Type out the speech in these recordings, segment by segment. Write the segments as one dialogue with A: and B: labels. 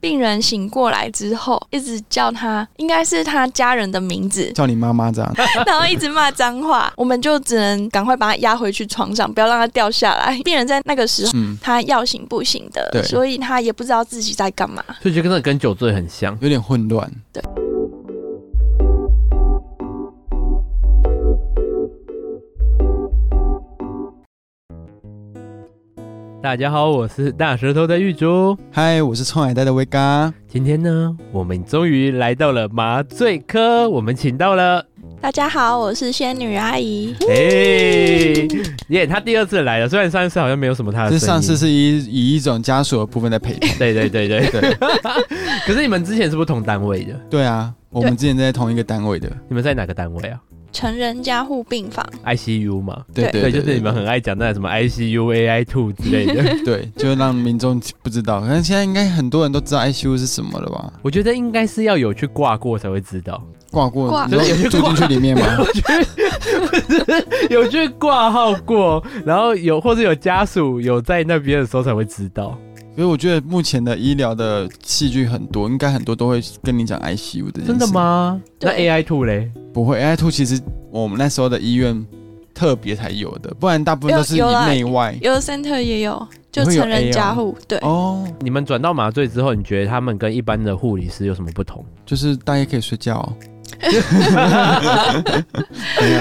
A: 病人醒过来之后，一直叫他，应该是他家人的名 字，
B: 叫你妈妈这样，
A: 然后一直骂脏话，我们就只能赶快把他压回去床上，不要让他掉下来。病人在那个时候，
B: 嗯，
A: 他要醒不醒
B: 对
A: 的，所以他也不知道自己在干嘛。
C: 所以就真的跟酒醉很像。
B: 有点混乱。
C: 大家好，我是大舌头的玉竹。
B: 嗨，我是臭海带的威嘎，
C: 今天呢，我们终于来到了麻醉科，我们请到了，
A: 大家好，我是仙女阿姨。
C: 哎、耶、他第二次来了，虽然上一次好像没有什么他的声
B: 这
C: 音，
B: 上次是以以一种家属的部分在 陪同。
C: 对对对对，
B: 对
C: 可是你们之前是不是同单位的？
B: 对啊，我们之前在同一个单位的，
C: 你们在哪个单位啊
A: 成人加护病房，
C: ？ICU 嘛，
B: 对
A: 对
C: 对，就是你们很爱讲那什么 ICU AI Two 之类 的。
B: 对，就让民众不知道。可能现在应该很多人都知道 ICU 是什么了吧？
C: 我觉得应该是要有去挂过才会知道，
B: 挂过，
A: 挂
B: 你
C: 就是
B: 说
C: 有去
B: 住进去里面吗？
C: 有去挂号过，然后有或者有家属有在那边的时候才会知道。
B: 所以我觉得目前的医疗的戏剧很多，应该很多都会跟你讲 ICU 这件事。
C: 真的？吗？那
A: 对
C: AI Two 嘞？
B: 不会，AI Two 其实我们那时候的医院特别才有的，不然大部分都是以
A: 有有啦
B: 内外。
A: 有的 center 也有，就
B: 你会有
A: 成人加护。对，
B: 哦，
C: 你们转到麻醉之后，你觉得他们跟一般的护理师有什么不 同？
B: 就是大家可以睡觉、哦，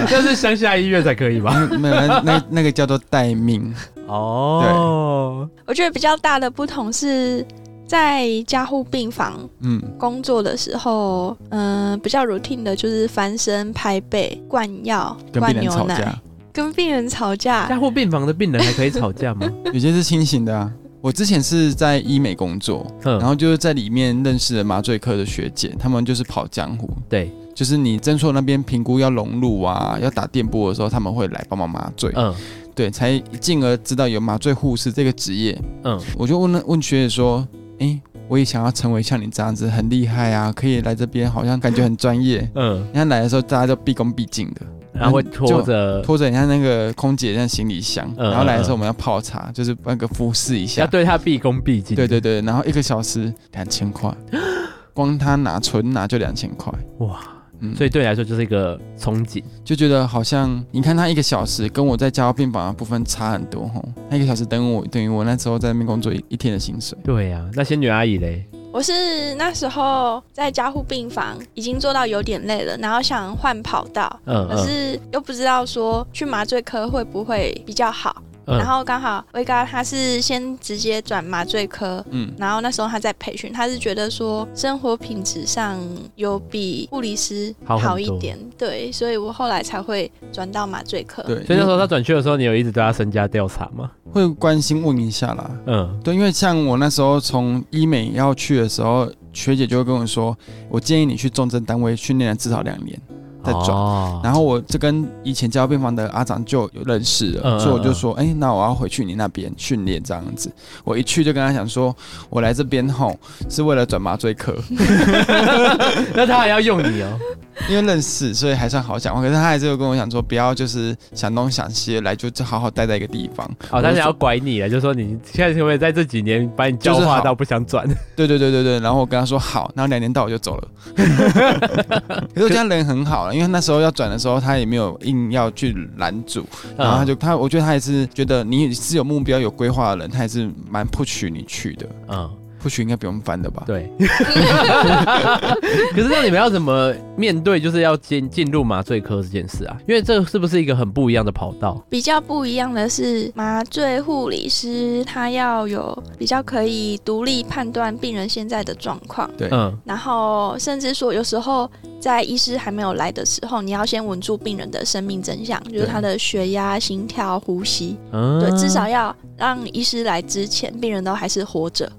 C: 那是乡下医院才可以吧？
B: 哎没有那那那个叫做待命。
C: 哦，
A: 我觉得比较大的不同是在加护病房
B: 嗯，
A: 工作的时候，嗯、比较 routine 的就是翻身、拍背、灌药、
B: 跟
A: 灌
B: 病人
A: 牛
B: 吵
A: 奶
B: 架，，
A: 跟病人吵架。
C: 加护病房的病人还可以吵架 吗？
B: 有些是清醒的啊。我之前是在医美工作，然
C: 嗯，
B: 后就是在里面认识了麻醉科的学姐，他们就是跑江湖，
C: 对，
B: 就是你诊所那边评估要融入啊，要打电波的时候，他们会来帮忙麻醉，
C: 嗯
B: 对，才进而知道有麻醉护士这个职业。
C: 嗯，
B: 我就问了问学姐说，诶，我也想要成为像你这样子，很厉害啊，可以来这边，好像感觉很专业。
C: 嗯，
B: 人家来的时候，大家都毕恭毕敬的，
C: 然后会拖着，
B: 拖着人家那个空姐那行李箱，
C: 嗯
B: 然后来的时候
C: 嗯
B: 我
C: 嗯
B: 们要泡茶，就是那个服侍一
C: 要
B: 下。
C: 对他毕恭毕敬。
B: 对对对，然后一个小时两千 块，光他拿纯拿就两千块，
C: 哇，
B: 嗯，
C: 所以对你来说就是一个憧憬。
B: 就觉得好像你看他一个小时跟我在加护病房的部分差很多吼，他一个小时等于我等于我那时候在那边工作一一天的薪水，
C: 对呀、那仙女阿姨嘞？
A: 我是那时候在加护病房已经做到有点累了，然后想换跑道。
C: 嗯
A: 可
C: 嗯
A: 是又不知道说去麻醉科会不会比较好，然
C: 嗯，
A: 后刚好威哥他是先直接转麻醉科，
B: 嗯，
A: 然后那时候他在培训，他是觉得说生活品质上有比护理师
C: 好很多
A: 好一点，对，所以我后来才会转到麻醉科。
B: 对，
C: 所以那时候
B: 就
C: 她转去的时候，你有一直对她身家调查吗？
B: 会关心问一下啦，
C: 嗯，
B: 对，因为像我那时候从医美要去的时候，学姐就会跟我说，我建议你去重症单位训练了至少两年。再转
C: 哦
B: 然后我这跟以前交病房的阿长就有认识了，
C: 嗯嗯
B: 所以我就说，哎、那我要回去你那边训练这样子。我一去就跟他讲说，我来这边吼是为了转麻醉 科，
C: 那她还要用你 哦。
B: 因为认识，所以还算好讲话。可是他还是有跟我讲说，不要就是想东想西的来，就就好好待在一个地方。
C: 哦，他想要拐你了，就说你现在可不可以在这几年把你教
B: 就是
C: 化
B: 好
C: 到不想转？
B: 对对对对对，然后我跟他说好，然后两年到我就走 了。可是我觉得他人很好啊了，因为那时候要转的时候，他也没有硬要去拦阻，
C: 嗯
B: 然后他就他，我觉得他也是觉得你是有目标、有规划的人，他还是蛮 push 你去的。
C: 嗯嗯，
B: push 应该不用翻的吧？
C: 对。可是那你们要怎么面对，就是要进进入麻醉科这件事啊？因为这是不是一个很不一样的跑道？
A: 比较不一样的是，麻醉护理师他要有比较可以独立判断病人现在的状况，
B: 对
C: 嗯，
A: 然后甚至说有时候在医师还没有来的时候，你要先稳住病人的生命真相，就是他的血压、心跳、呼吸，
C: 嗯
A: 对，至少要让医师来之前，病人都还是活着。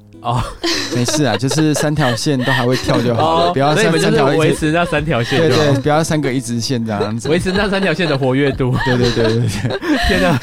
B: 没事 啊，就是三条线都还会跳就好了，
C: 哦，
B: 不要
C: 所以
B: 三
C: 你们就
B: 三
C: 是
B: 条一
C: 维
B: 直，
C: 持那三条线
B: 对
C: 就好，
B: 对，不要三个一直线这样子。
C: 维持那三条线的活跃 度。
B: 对对对对对
C: 天哪，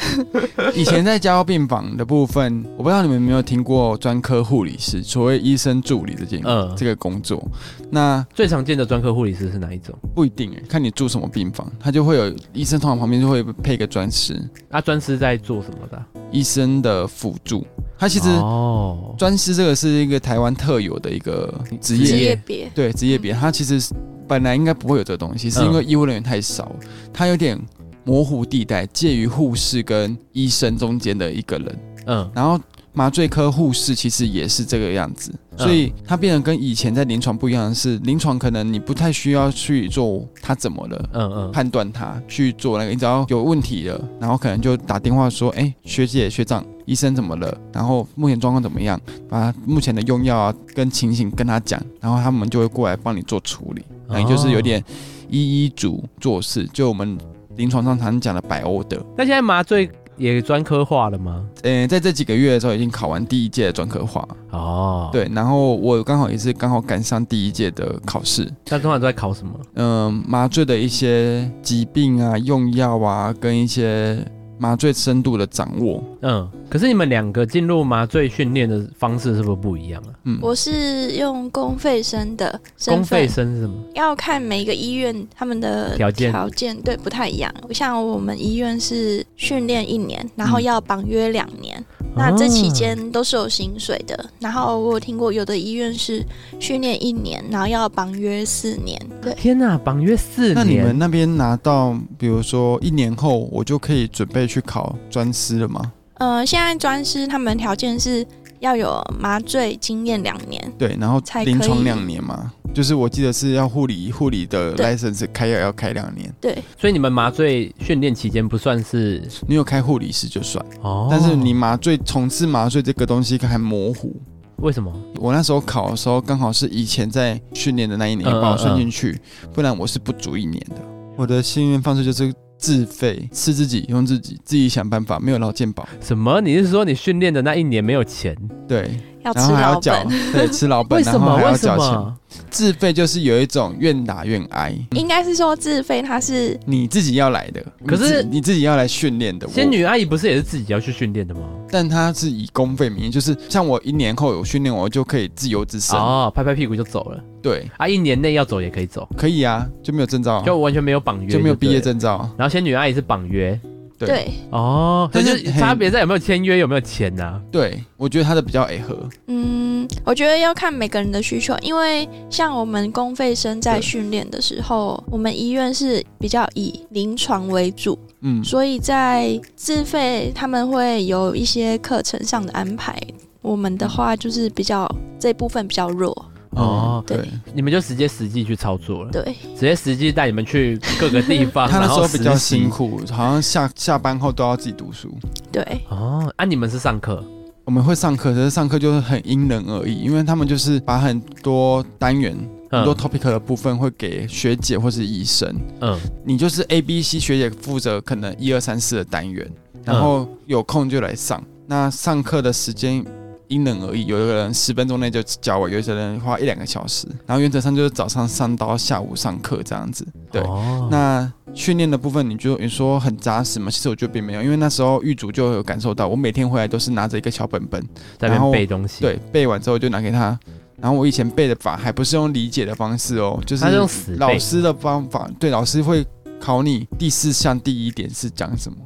B: 以前在加护病房的部分，我不知道你们有没有听过专科护理师，所谓医生助理这件、
C: 嗯
B: 这个工作。那
C: 最常见的专科护理师是哪一种？
B: 不一定欸，看你住什么病房，他就会有医生，通常旁边就会配一个专师。
C: 啊，专师在做什么的啊？
B: 医生的辅助。他其实
C: 哦，
B: 专师这个是一个台湾特有的一个职
C: 职
B: 业，
A: 业别
B: 对职业别，他其实本来应该不会有这个东西，是因为医护人员太少，他有点模糊地带，介于护士跟医生中间的一个人。
C: 嗯
B: 然后麻醉科护士其实也是这个样子，所以它变得跟以前在临床不一样的是，临床可能你不太需要去做他怎么了。
C: 嗯嗯，
B: 判断他去做那个，你只要有问题了，然后可能就打电话说，哎、学姐学长，医生怎么了？然后目前状况怎么样？把目前的用药啊跟情形跟他讲，然后他们就会过来帮你做处理。
C: 啊
B: 那你就是有点一一组做事，就我们临床上常讲的百欧德。
C: 那现在麻醉也专科化了吗？
B: 呃，在这几个月的时候已经考完第一届的专科化，
C: 哦，，
B: 对，然后我刚好也是刚好赶上第一届的考试，
C: 那通常都在考什么？
B: 嗯、麻醉的一些疾病啊、用药啊，跟一些麻醉深度的掌握，
C: 嗯，可是你们两个进入麻醉训练的方式是不是不一样啊？
B: 嗯，
A: 我是用公费生的身
C: 公费
A: 份，
C: 生是什么？
A: 要看每一个医院他们的
C: 条件
A: 条件对不太一样。像我们医院是训练一年，然
B: 嗯
A: 后要绑约两年，
B: 哦
A: 那这期
C: 啊
A: 间都是有薪水的。然后我有听过有的医院是训练一年，然后要绑约四年。对
C: 啊，天哪、绑约四年，
B: 那你们那边拿到，比如说一年后，我就可以准备去考专师了吗？
A: 呃，现在专师他们条件是要有麻醉经验两年，
B: 对，然后
A: 才可以
B: 临床两年嘛，就是我记得是要护理护理的
A: 对
B: license 开药要开两年，
A: 对，
C: 所以你们麻醉训练期间不算是
B: 你有开护理师就算，
C: 哦，
B: 但是你麻醉从事麻醉这个东西还模糊，
C: 为什么？
B: 我那时候考的时候，刚好是以前在训练的那一年
C: 嗯嗯
B: 把我算进去，不然我是不足一年的。我的幸运方式就是自费，吃自己，用自己，自己想办法，没有劳健保，
C: 什么？你是说你训练的那一年没有钱？
B: 对，
A: 要
B: 然
A: 吃
B: 后还
A: 老
B: 要缴嗯
A: 本。，
B: 对，吃老本，
C: 为什
B: 然后
C: 么？
B: 还
C: 为
B: 要
C: 什
B: 缴钱。
C: 么？
B: 自费就是有一种愿打愿挨，
A: 应该是说自费，它是
B: 你自己要来的，
C: 可是
B: 你自你自己要来训练的。我
C: 仙女阿姨不是也是自己要去训练的吗？
B: 但她是以公费名义，就是像我一年后有训练，我就可以自由之身。
C: 哦，拍拍屁股就走了
B: 对，
C: 啊！一年内要走也可以走，
B: 可以啊，就没有证照啊，
C: 就完全没有绑约，
B: 就没有毕业
C: 对了。
B: 证照啊。
C: 然后仙女阿姨是绑约
B: 对
A: 对，
C: 哦，
B: 但
C: 但
B: 是
C: 是差别在有没有签约，有没有钱啊呐、
B: 对，我觉得她的比较矮合。
A: 嗯，我觉得要看每个人的需求，因为像我们公费生在
B: 对
A: 训练的时候，我们医院是比较以临床为主，
B: 嗯，
A: 所以在自费他们会有一些课程上的安排。我们的话就是比较这部分比较弱，
C: 哦
A: 对
B: 对，
C: 你们就直接实际去操作了，
A: 对，
C: 直接实际带你们去各个地 方，
B: 他那时候比较辛
C: 新
B: 苦，好像下下班后都要自己读书。
A: 对，
C: 哦。啊，你们是上课
B: 我们会上课，可是上课就是很因人而异，因为他们就是把很多单元、很多 topic 的部分会给学姐或是医生，
C: 嗯
B: 你就是 A、B、C 学姐负责可能一二三四的单元，然后有空就来上。那上课的时间因人而异，有的人十分钟内就教完，有些人花一两个小时。然后原则上就是早上上到下午上课这样子。对，
C: 哦
B: 那训练的部分，你就你说很扎实吗？其实我觉得并没有，因为那时候狱主就有感受到，我每天回来都是拿着一个小本本，
C: 在那边背东西，
B: 对，，背完之后就拿给他。然后我以前背的法还不是用理解的方式哦，就是
C: 他是用死背
B: 老师的方法，对，老师会考你第四项第一点是讲什么。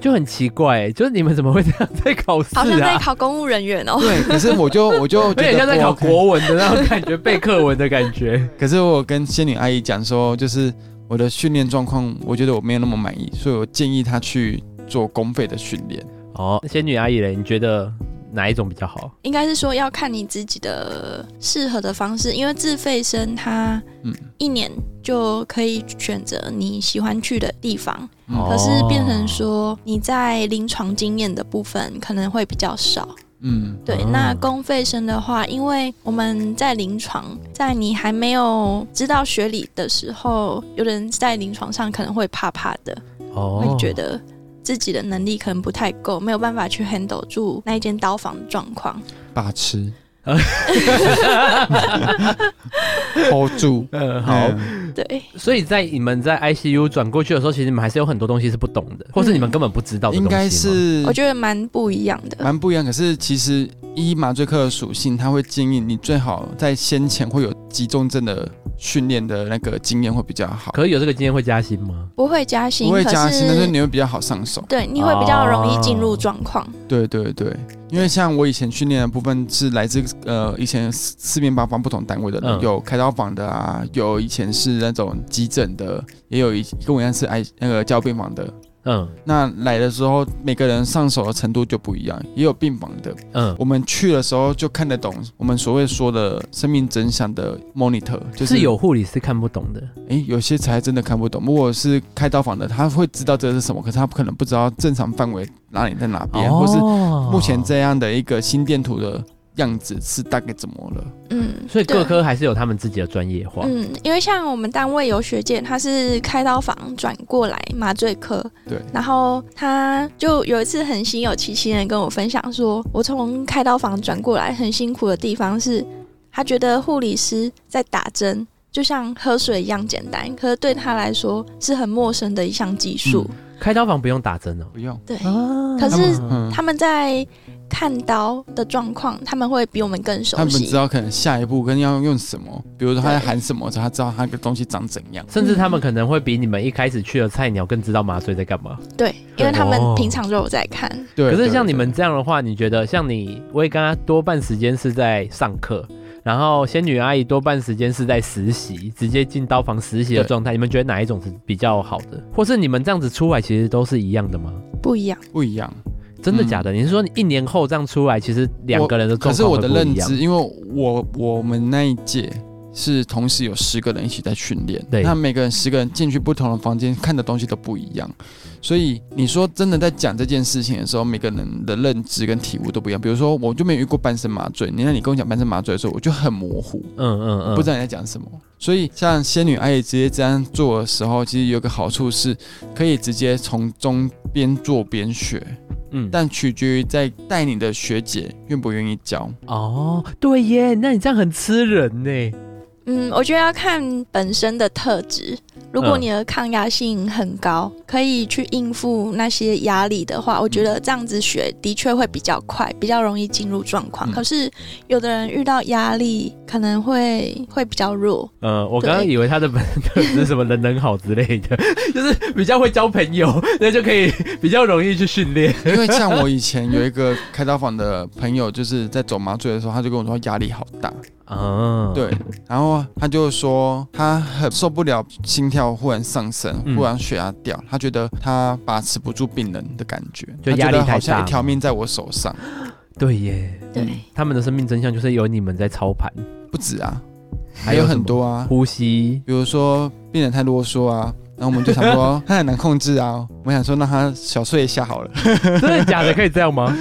C: 就很奇怪，就是你们怎么会这样在考试
A: 好像在
C: 啊？
A: 考公务人员哦、
B: 对，可是我 就我就
C: 有
B: 觉
C: 点
B: 得
C: 像在
B: 不
C: 考
B: OK
C: 国文的那种感觉，背课文的 感觉。
B: 可是我跟仙女阿姨讲说，就是我的训练状况，我觉得我没有那么满意，所以我建议她去做公费的训练。
C: 哦，仙女阿姨嘞，你觉得哪一种比较好？
A: 应该是说要看你自己的适合的方式，因为自费生他
B: 嗯
A: 一年就可以选择你喜欢去的地方，
B: 嗯
C: 哦
A: 可是变成说你在临床经验的部分可能会比较少。
B: 嗯，
A: 对，
C: 哦
A: 那公费生的话，因为我们在临床，在你还没有知道学理的时候，有的人在临床上可能会怕怕的，
C: 哦，
A: 会觉得。自己的能力可能不太够，没有办法去 handle 住那一间刀房的状况。
B: 把持
C: 呃
B: ，hold 住。
C: 嗯好。
B: 嗯
A: 对，
C: 所以在你们在 ICU 转过去的时候，其实你们还是有很多东西是不懂的，或是你们根本不知道的
B: 嗯
C: 东西
B: 应
C: 吗
B: 该是
A: 我觉得蛮不一样的。
B: 蛮不一样。可是其实依麻醉科的属性，它会建议你最好在先前会有急重症的训练的那个经验会比较好。
C: 可是有这个经验会加薪吗？
A: 不会加薪，
B: 不会
A: 可
B: 加薪，但是
A: 是
B: 你会比较好上手。
A: 对你会比较容易进入
C: 哦
A: 状况。
B: 对对对，
A: 嗯
B: 因为像我以前训练的部分是来自呃以前四四面八方不同单位的人，
C: 嗯
B: 有开刀房的啊，有以前是那种急诊的，也有一一个我一样是癌那个交病房的。
C: 嗯
B: 那来的时候，每个人上手的程度就不一样，也有病房的。
C: 嗯，
B: 我们去的时候就看得懂我们所谓说的生命真相的 monitor，就是
C: 有护理师看不懂的。
B: 诶，有些才真的看不懂。如果是开刀房的，他会知道这是什么，可是他可能不知道正常范围哪里在哪边，
C: 哦
B: 或是目前，这样的一个心电图的样子是大概怎么了？
A: 嗯，
C: 所以各
A: 对
C: 科还是有他们自己的专业化。
A: 嗯，因为像我们单位有学姐，她是开刀房转过来麻醉科，
B: 对
A: 然后她就有一次很心有戚戚的跟我分享说，我从开刀房转过来很辛苦的地方是，她觉得护理师在打针。就像喝水一样简单，可是对她来说是很陌生的一项技术。
C: 开刀房不用打针哦。
B: 嗯不用，
A: 对，
C: 啊
A: 可是
B: 嗯，
A: 他们在看刀的状况，他们会比我们更熟
B: 他们
A: 悉。
B: 知道可能下一步跟要用什么，比如说他在
A: 对
B: 喊什么，他知道他的东西长怎样。
C: 甚至他们可能会比你们一开始去的菜鸟更知道麻醉在干嘛。
A: 对，因为他们
C: 哦
A: 平常就有在看。
B: 对，
C: 可是
B: 对
C: 像你
B: 对
C: 们这样的话，你觉得像你我也跟他多半时间是在上课，然后仙女阿姨多半时间是在实习，直接进刀房实习的
B: 对
C: 状态，你们觉得哪一种是比较好的？或是你们这样子出来其实都是一样的吗？
A: 不一样。
B: 不一样。
C: 真的假的？你是说你一年后这样出来，其实两个人的
B: 可
C: 状
B: 是
C: 况
B: 我
C: 会
B: 的
C: 不
B: 认
C: 一样？
B: 知，因为我我们那一届是同时有十个人一起在训练，
C: 对
B: 那每个人十个人进去不同的房间看的东西都不一样，所以你说真的在讲这件事情的时候，每个人的认知跟体悟都不一样。比如说，我就没有遇过半身麻醉，你那你跟我讲半身麻醉的时候，我就很模糊，
C: 嗯嗯嗯，
B: 不知道你在讲什么。所以像仙女阿姨直接这样做的时候，其实有个好处是，可以直接从中边做边学，
C: 嗯，
B: 但取决于在带你的学姐愿不愿意教。
C: 哦，对耶，那你这样很吃人呢。
A: 嗯，我觉得要看本身的特质。如果你的抗压性很高，可以去应付那些压力的话，我觉得这样子学的确会比较快，比较容易进入状况。
B: 嗯
A: 可是有的人遇到压力，可能会会比较弱。
C: 呃，我刚刚以为他的本身特质是什么人人好之类的， 就是比较会交朋友，那就可以比较容易去训练。
B: 因为像我以前有一个开刀房的朋友，就是在走麻醉的时候，他就跟我说压力好大，
C: 啊，
B: 对，然后他就说他很受不了心跳忽然上升，
C: 嗯
B: 忽然血压掉，他觉得他把持不住病人的感觉，
C: 就
B: 他
C: 压
B: 觉
C: 力
B: 得
C: 太
B: 好像
C: 大
B: 一条命在我手上，
C: 对耶，
A: 对，
C: 他们的生命真相就是由你们在操盘，
B: 不止啊，
C: 还
B: 还
C: 有
B: 有
C: 什
B: 很
C: 么
B: 多啊，
C: 呼 吸，
B: 比如说病人太啰嗦啊。然后我们就想说 他很难控制啊，我们想说让他小睡一下好了，
C: 真的假的？可以这样吗？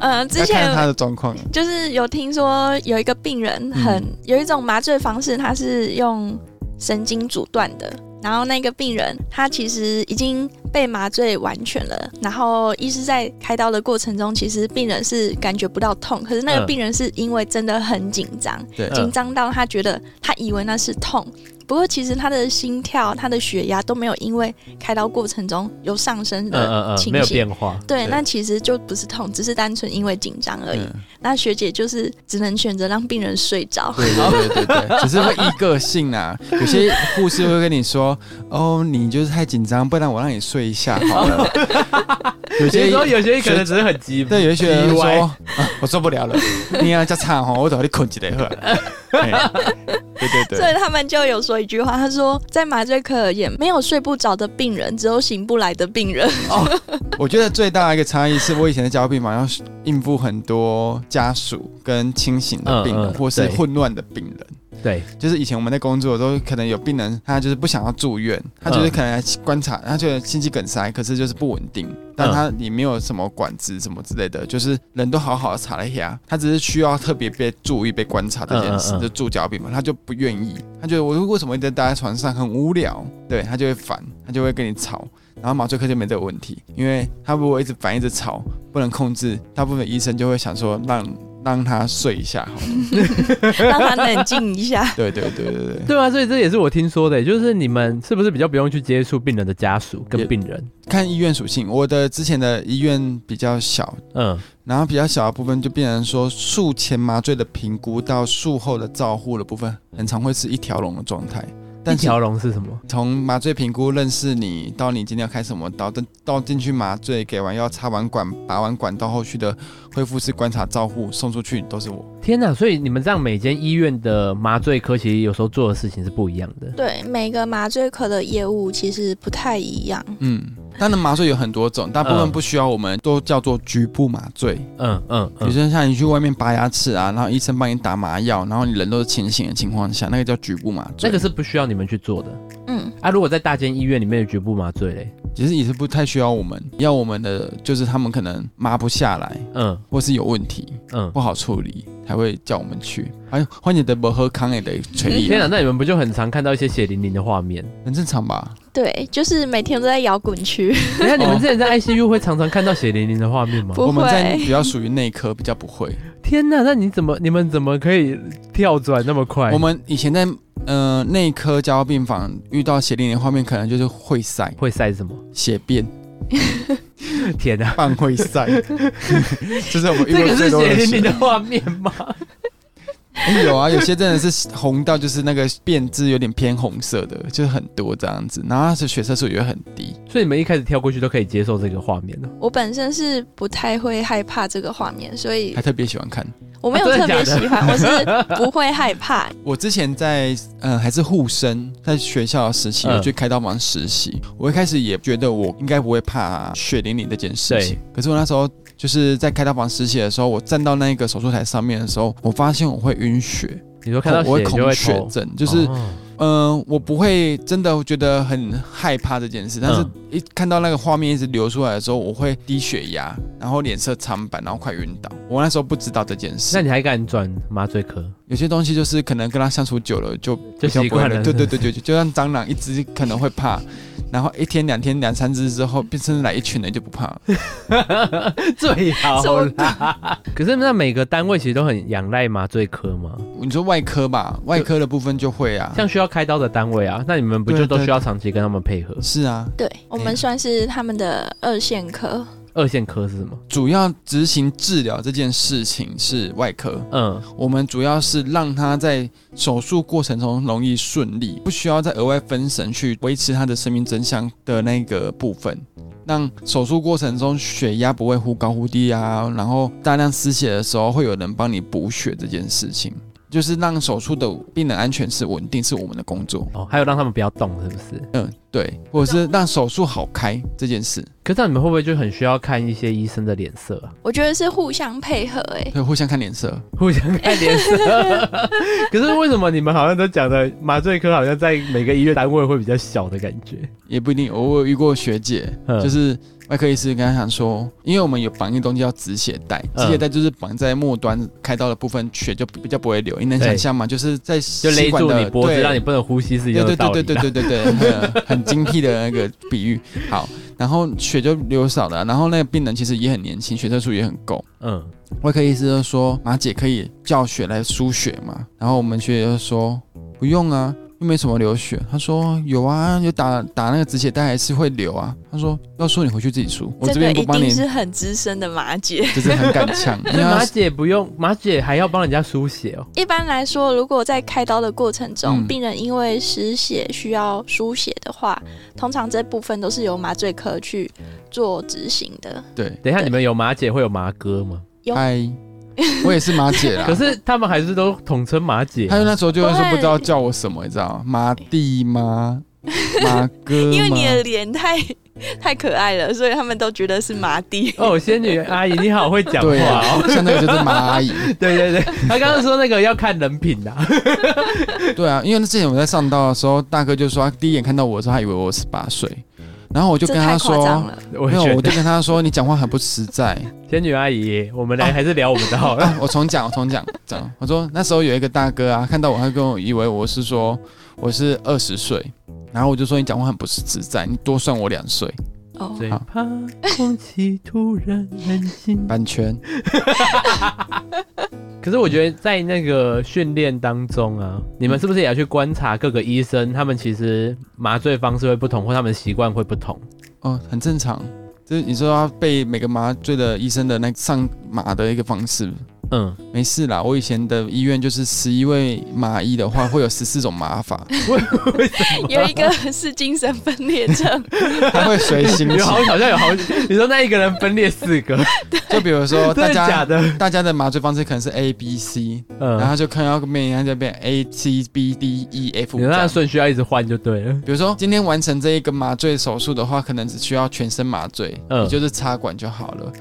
A: 呃，之
B: 要 看他
A: 前
B: 的状况。
A: 就是有听说有一个病人很、
C: 嗯
A: 有一种麻醉方式，他是用神经阻断的。然后那个病人他其实已经被麻醉完全了，然后医师在开刀的过程中，其实病人是感觉不到痛，可是那个
C: 嗯
A: 病人是因为真的很紧张，
B: 对，
C: 嗯
A: 紧张到他觉得他以为那是痛，不过其实他的心跳、他的血压都没有因为开刀过程中有上升
C: 嗯嗯
A: 的
C: 嗯，
A: 情
C: 没有
A: 形。
C: 变化。
A: 对，那其实就不是痛，只是单纯因为紧张而已。
B: 嗯
A: 那学姐就是只能选择让病人睡着。
B: 对对对对对，只是会依个性啊。有些护士会跟你说：“哦，你就是太紧张，不然我让你睡一下好 了。”有
C: 有
B: 些
C: 时候有些可能只是很急，
B: 对，有些学
C: 意
B: 员说：“
C: 外
B: 啊，我受不了了，你要加差哦，我等你困起来喝。 嘿”对 对
A: 所以
B: 对，
A: 他们就有说一句话，他说在麻醉科而言，没有睡不着的病人，只有醒不来的病人。
B: 我觉得最大的一个差异是我以前的交病房要应付很多家属跟清醒的病人，
C: 嗯嗯
B: 或是
C: 对
B: 混乱的病人。
C: 对，
B: 就是以前我们在工作的时候，可能有病人他就是不想要住院，他
C: 嗯
B: 就是可能来观察，他觉得心肌梗塞，可是就是不稳定，但他也没有什么管制什么之类的，就是人都好好的查了一下，他只是需要特别被注意、被观察这件事
C: 嗯嗯，嗯
B: 就住脚病嘛，他就不愿意，他觉得我为什么一直待在床上很无聊，对他就会烦，他就会跟你吵。然后麻醉科就没这个问题，因为他如果一直烦一直吵，不能控制，大部分医生就会想说让让他睡一下好了。
A: 让他冷静一下。
B: 对对对对对，
C: 对啊，所以这也是我听说的，就是你们是不是比较不用去接触病人的家属跟
B: 也
C: 病人？
B: 看医院属性，我的之前的医院比较小，
C: 嗯，
B: 然后比较小的部分就变成说术前麻醉的评估到术后的照护的部分，很常会是一条龙的状态。
C: 一
B: 但是
C: 条龙是什么？
B: 从麻醉评估认识你，到你今天要开什么刀，到到进去麻醉，给完药、插完管、拔完管，到后续的恢复室观察、照护、送出去，都是我。
C: 天哪！所以你们这样每间医院的麻醉科其实有时候做的事情是不一样的。
A: 对，每个麻醉科的业务其实不太一样。
B: 嗯，当然麻醉有很多种，大部分
C: 嗯
B: 不需要我们都叫做局部麻醉。
C: 嗯嗯
B: 比如
C: 嗯，
B: 说像你去外面拔牙齿啊，然后医生帮你打麻药，然后你人都是清醒的情况下，那个叫局部麻醉。
C: 那个是不需要你们去做的。
A: 嗯，
C: 啊，如果在大间医院里面的局部麻醉嘞，
B: 其实也是不太需要我们，要我们的就是他们可能麻不下来，
C: 嗯
B: 或是有问题
C: 嗯，
B: 不好处理，才会叫我们去。哎，患者的不喝康也得垂
C: 天啊哪！
B: 意，
C: 那你们不就很常看到一些血淋淋的 画面？
B: 很正常吧？
A: 对，就是每天都在摇滚区，
C: 你看你们之
B: 哦
C: 前在 ICU 会常常看到血淋淋的画面吗？
B: 我
A: 不
B: 们在
A: 会。
B: 比较属于内科，比较不会。
C: 天哪！那你怎么你们怎么可以跳转那么快？
B: 我们以前在呃内科加护病房遇到血淋淋的画面，可能就是会塞
C: 会晒什么？
B: 血便
C: 天啊 哪！
B: 半会塞，这是我们遇
C: 这
B: 过最
C: 个是
B: 多
C: 血
B: 的
C: 淋
B: 血
C: 淋的画面吗？
B: 欸有啊，有些真的是红到就是那个变质有点偏红色的，就是很多这样子，然后它的血色素也很低。
C: 所以你们一开始跳过去都可以接受这个画面了。
A: 我本身是不太会害怕这个画面，所以
B: 还特别喜欢看。
A: 我没有
C: 啊真
A: 特
C: 的
A: 别
C: 假的
A: 喜欢，我是不会害怕。
B: 我之前在嗯、呃还是护生，在学校的时期，
C: 嗯
B: 我去开刀房实习。我一开始也觉得我应该不会怕血淋淋这件事情
C: 对，
B: 可是我那时候就是在开刀房实习的时候，我站到那个手术台上面的时候，我发现我会晕血，
C: 你说看到
B: 我会
C: 血就
B: 恐
C: 会
B: 血
C: 头，
B: 症，就是
C: 哦
B: 嗯、我不会真的觉得很害怕这件事，但是
C: 嗯
B: 一看到那个画面一直流出来的时候，我会低血压，然后脸色苍白，然后快晕倒。我那时候不知道这件
C: 那
B: 事，
C: 你还敢转麻醉科？
B: 有些东西就是可能跟他相处久了就
C: 就习惯了
B: 对对对对，就就像蟑螂一只可能会怕，然后一天两天两三只之后，变成来一群人就不怕了。
C: 最 好
A: 怎么
C: 啦。可是那每个单位其实都很仰赖麻醉科吗？
B: 你说外科吧，外科的部分就会啊，
C: 像需要开刀的单位啊，那你们不就
B: 对
C: 都
B: 对
C: 需要长期跟他们配合？
B: 是啊，
A: 对我
B: 对
C: 哎
A: 们算是他们的二线科，
C: 二线科是什么？
B: 主要执行治疗这件事情是外科，
C: 嗯，
B: 我们主要是让他在手术过程中容易顺利，不需要再额外分神去维持他的生命真相的那个部分，让手术过程中血压不会忽高忽低啊，然后大量失血的时候会有人帮你补血这件事情，就是让手术的病人安全是稳定是我们的工作，
C: 哦，还有让他们不要动，是不是？
B: 嗯，对，或者是让手术好开这件事，
C: 可是那你们会不会就很需要看一些医生的脸色啊？
A: 我觉得是互相配合、欸。
B: 对，互相看脸色，
C: 互相看脸色。 可是为什么你们好像都讲的麻醉科好像在每个医院单位会比较小的感觉？
B: 也不一定，我有遇过学姐，
C: 嗯
B: 就是外科医师跟他讲说，因为我们有绑一个东西叫止血带，止
C: 嗯
B: 血带就是绑在末端开刀的部分，血就比较不会流。你能
C: 对
B: 想象吗？就是在
C: 就
B: 吸
C: 勒
B: 管
C: 住
B: 的
C: 你脖子，
B: 对
C: 让你不能呼吸是一
B: 对
C: 样
B: 对
C: 的道理
B: 对
C: 啦。
B: 对对对对对，很 很精辟的那个比喻。好，然后血就流少了，然后那个病人其实也很年轻，血色素也很够。
C: 嗯，
B: 外科医师就说：“马姐可以叫血来输血吗？”然后我们学姐就说：“不用啊，又没什么流血。”她说：“有啊，有打打那个止血带还是会流啊。”她说：“要输你回去自己输，我
A: 这个
B: 这边不
A: 一
B: 帮你
A: 定，是很资深的马姐。
B: 就是很敢呛。”因
C: 所
B: 为
C: 以马
B: 她
C: 姐不用，马姐还要帮人家输血哦。
A: 一般来说，如果在开刀的过程中，
B: 嗯
A: 病人因为失血需要输血的话，通常这部分都是由麻醉科去做执行的。
B: 对，
C: 等一下，
A: 对
C: 你们有马姐会有马哥吗？
A: 有
B: 嗨，我也是马姐啦
C: 可。是他们还是都统称马姐啊、
B: 她就那时候就会说
A: 不会
B: 不知道叫我什么，你知道吗？马弟吗？马哥吗？
A: 因为你的脸太太可爱了，所以他们都觉得是麻弟。
C: 哦，仙女阿姨你好会讲话
B: 对啊
C: 哦。，
B: 像那个就是马阿姨。
C: 对对对，他刚刚说那个要看人品啊呐、
B: 对啊，因为之前我在上道的时候，大哥就说他第一眼看到我的时候，他以为我十八岁，然后我就
A: 这
B: 跟
A: 太
B: 他
A: 夸张
B: 说，
A: 了，
C: 我
B: 没有，
C: 觉
B: 我
C: 得
B: 就跟他说你讲话很不实 在。
C: 仙女阿姨，我们来还是聊我们的 好了。
B: 啊我重讲，我重讲，这样我说那时候有一个大哥啊，看到我，他跟我以为我是说我是二十岁，然后我就说你讲话很不实在，你多算我两岁。
A: 哦，
C: 最
B: 好
C: 怕空气突然安静。
B: 版权
C: 可是我觉得在那个训练当中啊，你们是不是也要去观察各个医生，他们其实麻醉方式会不同，或他们习惯会不同？
B: 哦，很正常。就是你说要背每个麻醉的医生的那上马的一个方式，
C: 嗯，
B: 没事啦。我以前的医院就是十一位麻医的话，会有十四种麻法，
C: 为什么
A: 有一个是精神分裂症，
B: 它会随心
C: 有好
B: 情。
C: 好像有好，你说那一个人分裂四个，
B: 就比如说
C: 真
B: 大
C: 的假
B: 家
C: 的？
B: 大家的麻醉方式可能是 A B C，然
C: 嗯，
B: 后就看到面人家变 A C B D E F
C: 你
B: 这
C: 说那
B: 样。
C: 顺序要一直换就对了。
B: 比如说今天完成这一个麻醉手术的话，可能只需要全身麻醉，
C: 嗯
B: 也就是插管就好了。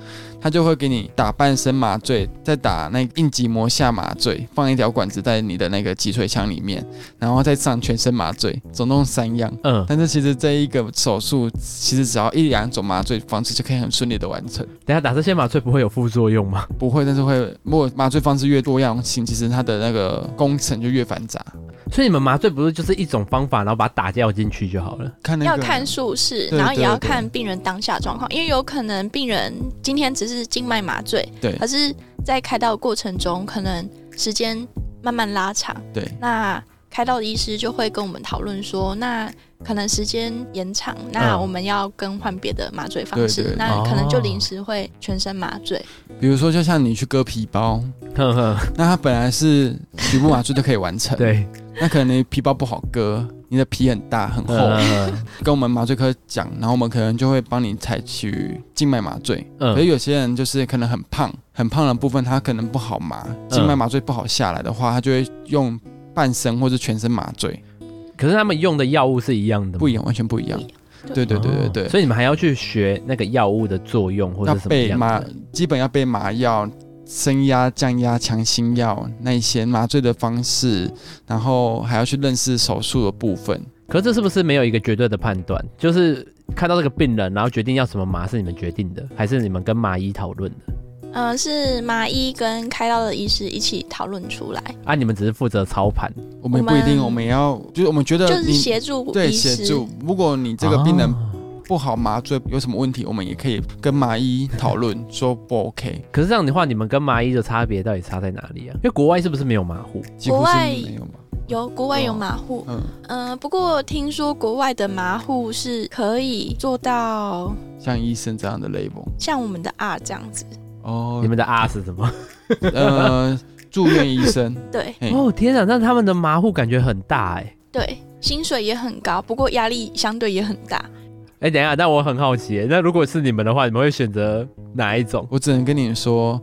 B: 他就会给你打半身麻醉，再打那个硬脊膜下麻醉，放一条管子在你的那个脊髓腔里面，然后再上全身麻醉，总共三样。
C: 嗯，
B: 但是其实这一个手术，其实只要一两种麻醉方式就可以很顺利的完成，
C: 等一下打这些麻醉不会有副作用吗？
B: 不会，但是会，如果麻醉方式越多样性，其实它的那个工程就越繁杂。
C: 所以你们麻醉不是就是一种方法，然后把它打掉进去就好 了？
B: 看那个
A: 要看术式，
B: 对
A: 然后也要
B: 对对
A: 看病人当下状况，因为有可能病人今天只是静脉麻醉，
B: 对
A: 可是，在开刀的过程中，可能时间慢慢拉长，
B: 对
A: 那开刀的医师就会跟我们讨论说，那可能时间延长，那
C: 嗯
A: 我们要更换别的麻醉方
B: 对
A: 式，
B: 对
A: 那可能就
C: 哦
A: 临时会全身麻醉，
B: 比如说就像你去割皮包，
C: 呵呵，
B: 那它本来是局部麻醉都可以完成，，
C: 对，
B: 那可能你皮包不好割，你的皮很大很厚，
C: 嗯
B: 跟我们麻醉科讲，然后我们可能就会帮你采取静脉麻醉。可是
C: 嗯
B: 有些人就是可能很胖，很胖的部分他可能不好麻，
C: 嗯
B: 静脉麻醉不好下来的话，他就会用半身或者全身麻醉，
C: 可是他们用的药物是一样的吗，
B: 不一样，完全不一样
A: 不一。
B: 对对对
C: 哦
B: 对对，
C: 所以你们还要去学那个药物的作用或
B: 要
C: 者什么
B: 背
C: 样
B: 麻
C: 的。，
B: 基本要背麻药、升压、降压、强心药那一些麻醉的方式，然后还要去认识手术的部分。
C: 可是这是不是没有一个绝对的判断？就是看到这个病人，然后决定要什么麻是你们决定的，还是你们跟麻医讨论的？
A: 嗯、是麻医跟开刀的医师一起讨论出来，
C: 啊，你们只是负责操盘。
B: 我们也不一定，我们也要就是我们觉得
A: 就是
B: 你
A: 协助
B: 对
A: 医
B: 协
A: 师。
B: 助，如果你这个病人
C: 哦
B: 不好麻醉有什么问题，我们也可以跟麻医讨论说不 OK，
C: 可是这样的话，你们跟麻医的差别到底差在哪里啊？因为国外是不是没有麻护？
B: 几乎
A: 国
B: 是
A: 外
B: 没有嘛。
A: 有国外有马户，
B: 嗯，
A: 嗯、不过听说国外的麻户是可以做到
B: 像医生这样的 label
A: 像我们的 R 这样子，
B: 哦
C: 你，们的 R 是什么？
B: 呃， 住院医生，
A: 对
B: 嘿
C: 哦天啊，那他们的麻护感觉很大哎、
A: 对，薪水也很高，不过压力相对也很大。
C: 哎、等一下，那我很好奇、哎那如果是你们的话，你们会选择哪一种？
B: 我只能跟你说，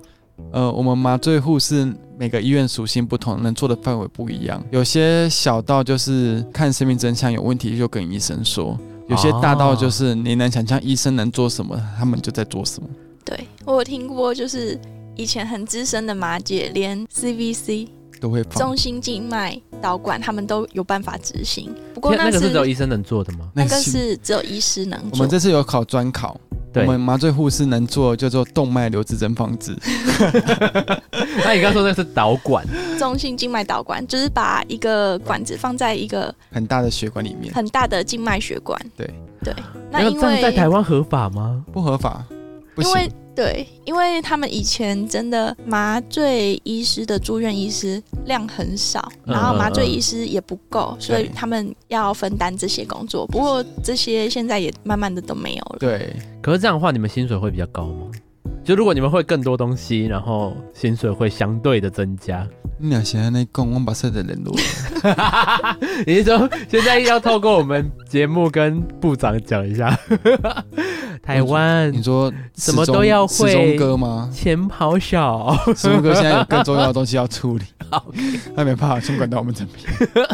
B: 呃，我们麻醉护士每个医院属性不同，能做的范围不一样。有些小到就是看生命真相有问题就跟医生说，有些大到就是你能想象医生能做什么，他们就在做什么。
A: 对我有听过，就是以前很资深的麻姐，连 CVC
B: 都会放。
A: 中心静脉导管他们都有办法执行，不过
C: 天啊那
A: 那
C: 个是
A: 是
C: 只有医生能做的吗？
A: 那个是只有医师能
B: 我
A: 做
B: 们。这次有考专考，我
C: 对，
B: 们麻醉护士能做叫做动脉留置针放 置，
C: 那你刚说那是导管，
A: 中心静脉导管就是把一个管子放在一个
B: 很大的血管里面
A: 很大的静脉血管。
B: 对
A: 对，那
C: 那
A: 因
C: 这样在台
A: 为
C: 湾合法吗？
B: 不合法，不
A: 因为
B: 行。
A: 对，因为他们以前真的麻醉医师的住院医师量很少，
C: 嗯
A: 然后麻醉
C: 嗯嗯
A: 医师也不够，所以
B: 对
A: 他们要分担这些工作。不过这些现在也慢慢的都没有了。
B: 对，
C: 可是这样的话，你们薪水会比较高吗？就如果你们会更多东西，然后薪水会相对的增加。
B: 你俩现在那讲，我把所有的联络了。
C: 你是说现在要透过我们节目跟部长讲一下， 台湾
B: 你 说
C: 什么
B: 时钟
C: 都要
B: 时钟
C: 会
B: 哥吗？
C: 钱好少，
B: 石木哥现在有更重要的东西要处理，他没办法先管到我们这边。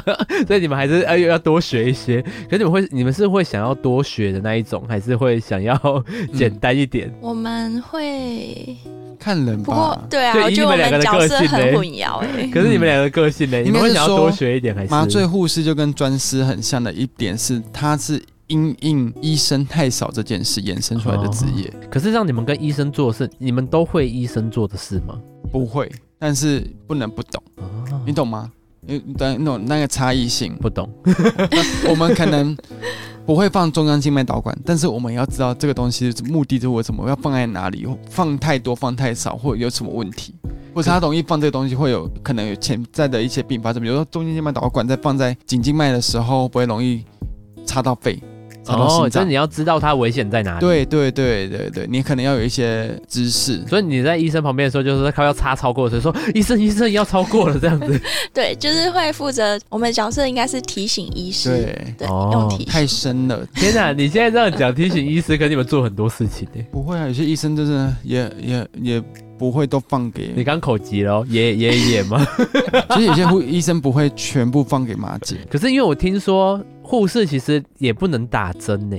C: 所以你们还是哎呦要多学一些。可是你们会，你们是会想要多学的那一种，还是会想要
B: 嗯
C: 简单一点？
A: 我们会，
B: 看人
A: 不过
B: 吧，
A: 对啊，
C: 就
A: 我
C: 以
A: 觉得
C: 你
A: 我
C: 们两个
A: 们
C: 的
A: 角
C: 个
A: 色
C: 性嘞
A: 很混淆哎、
C: 可是你们两个个性呢？
B: 应
C: 你
B: 该
C: 们
B: 是
C: 会想要
B: 说
C: 多学一点，还是
B: 麻醉护士就跟专师很像的一点是，他是因应医生太少这件事衍生出来的职业，
C: 可是让你们跟医生做的事，你们都会医生做的事吗？
B: 不会，但是不能不懂，
C: 啊，
B: 你懂吗？你你懂你懂那个差异性
C: 不懂，
B: 我们可能不会放中央静脉导管，但是我们也要知道这个东西目的是为什么，要放在哪里，放太多、放太少，或者有什么问题，或者他容易放这个东西会有可能有潜在的一些并发症，比如说中间静脉导管在放在颈静脉的时候，不会容易插到肺。插到
C: 哦，
B: 心
C: 所以
B: 脏。
C: 你要知道它危险在哪里。，
B: 对对对对对，你可能要有一些知识。
C: 所以你在医生旁边的时候，就是他要插超过的时候，说医生医生要超过了这样子。
A: 对，就是会负责我们角色应该是提醒医师，
B: 对，
A: 对，
C: 哦
A: 用提
B: 太
A: 醒，
B: 深了。
C: 天哪，你现在这样讲，提醒医师跟你们做很多事情呢、
B: 不会啊，有些医生真的也也也不会都放给
C: 你，刚口急了哦，也也也吗？
B: 其实有些护医生不会全部放给马姐。
C: 可是因为我听说护士其实也不能打针呢、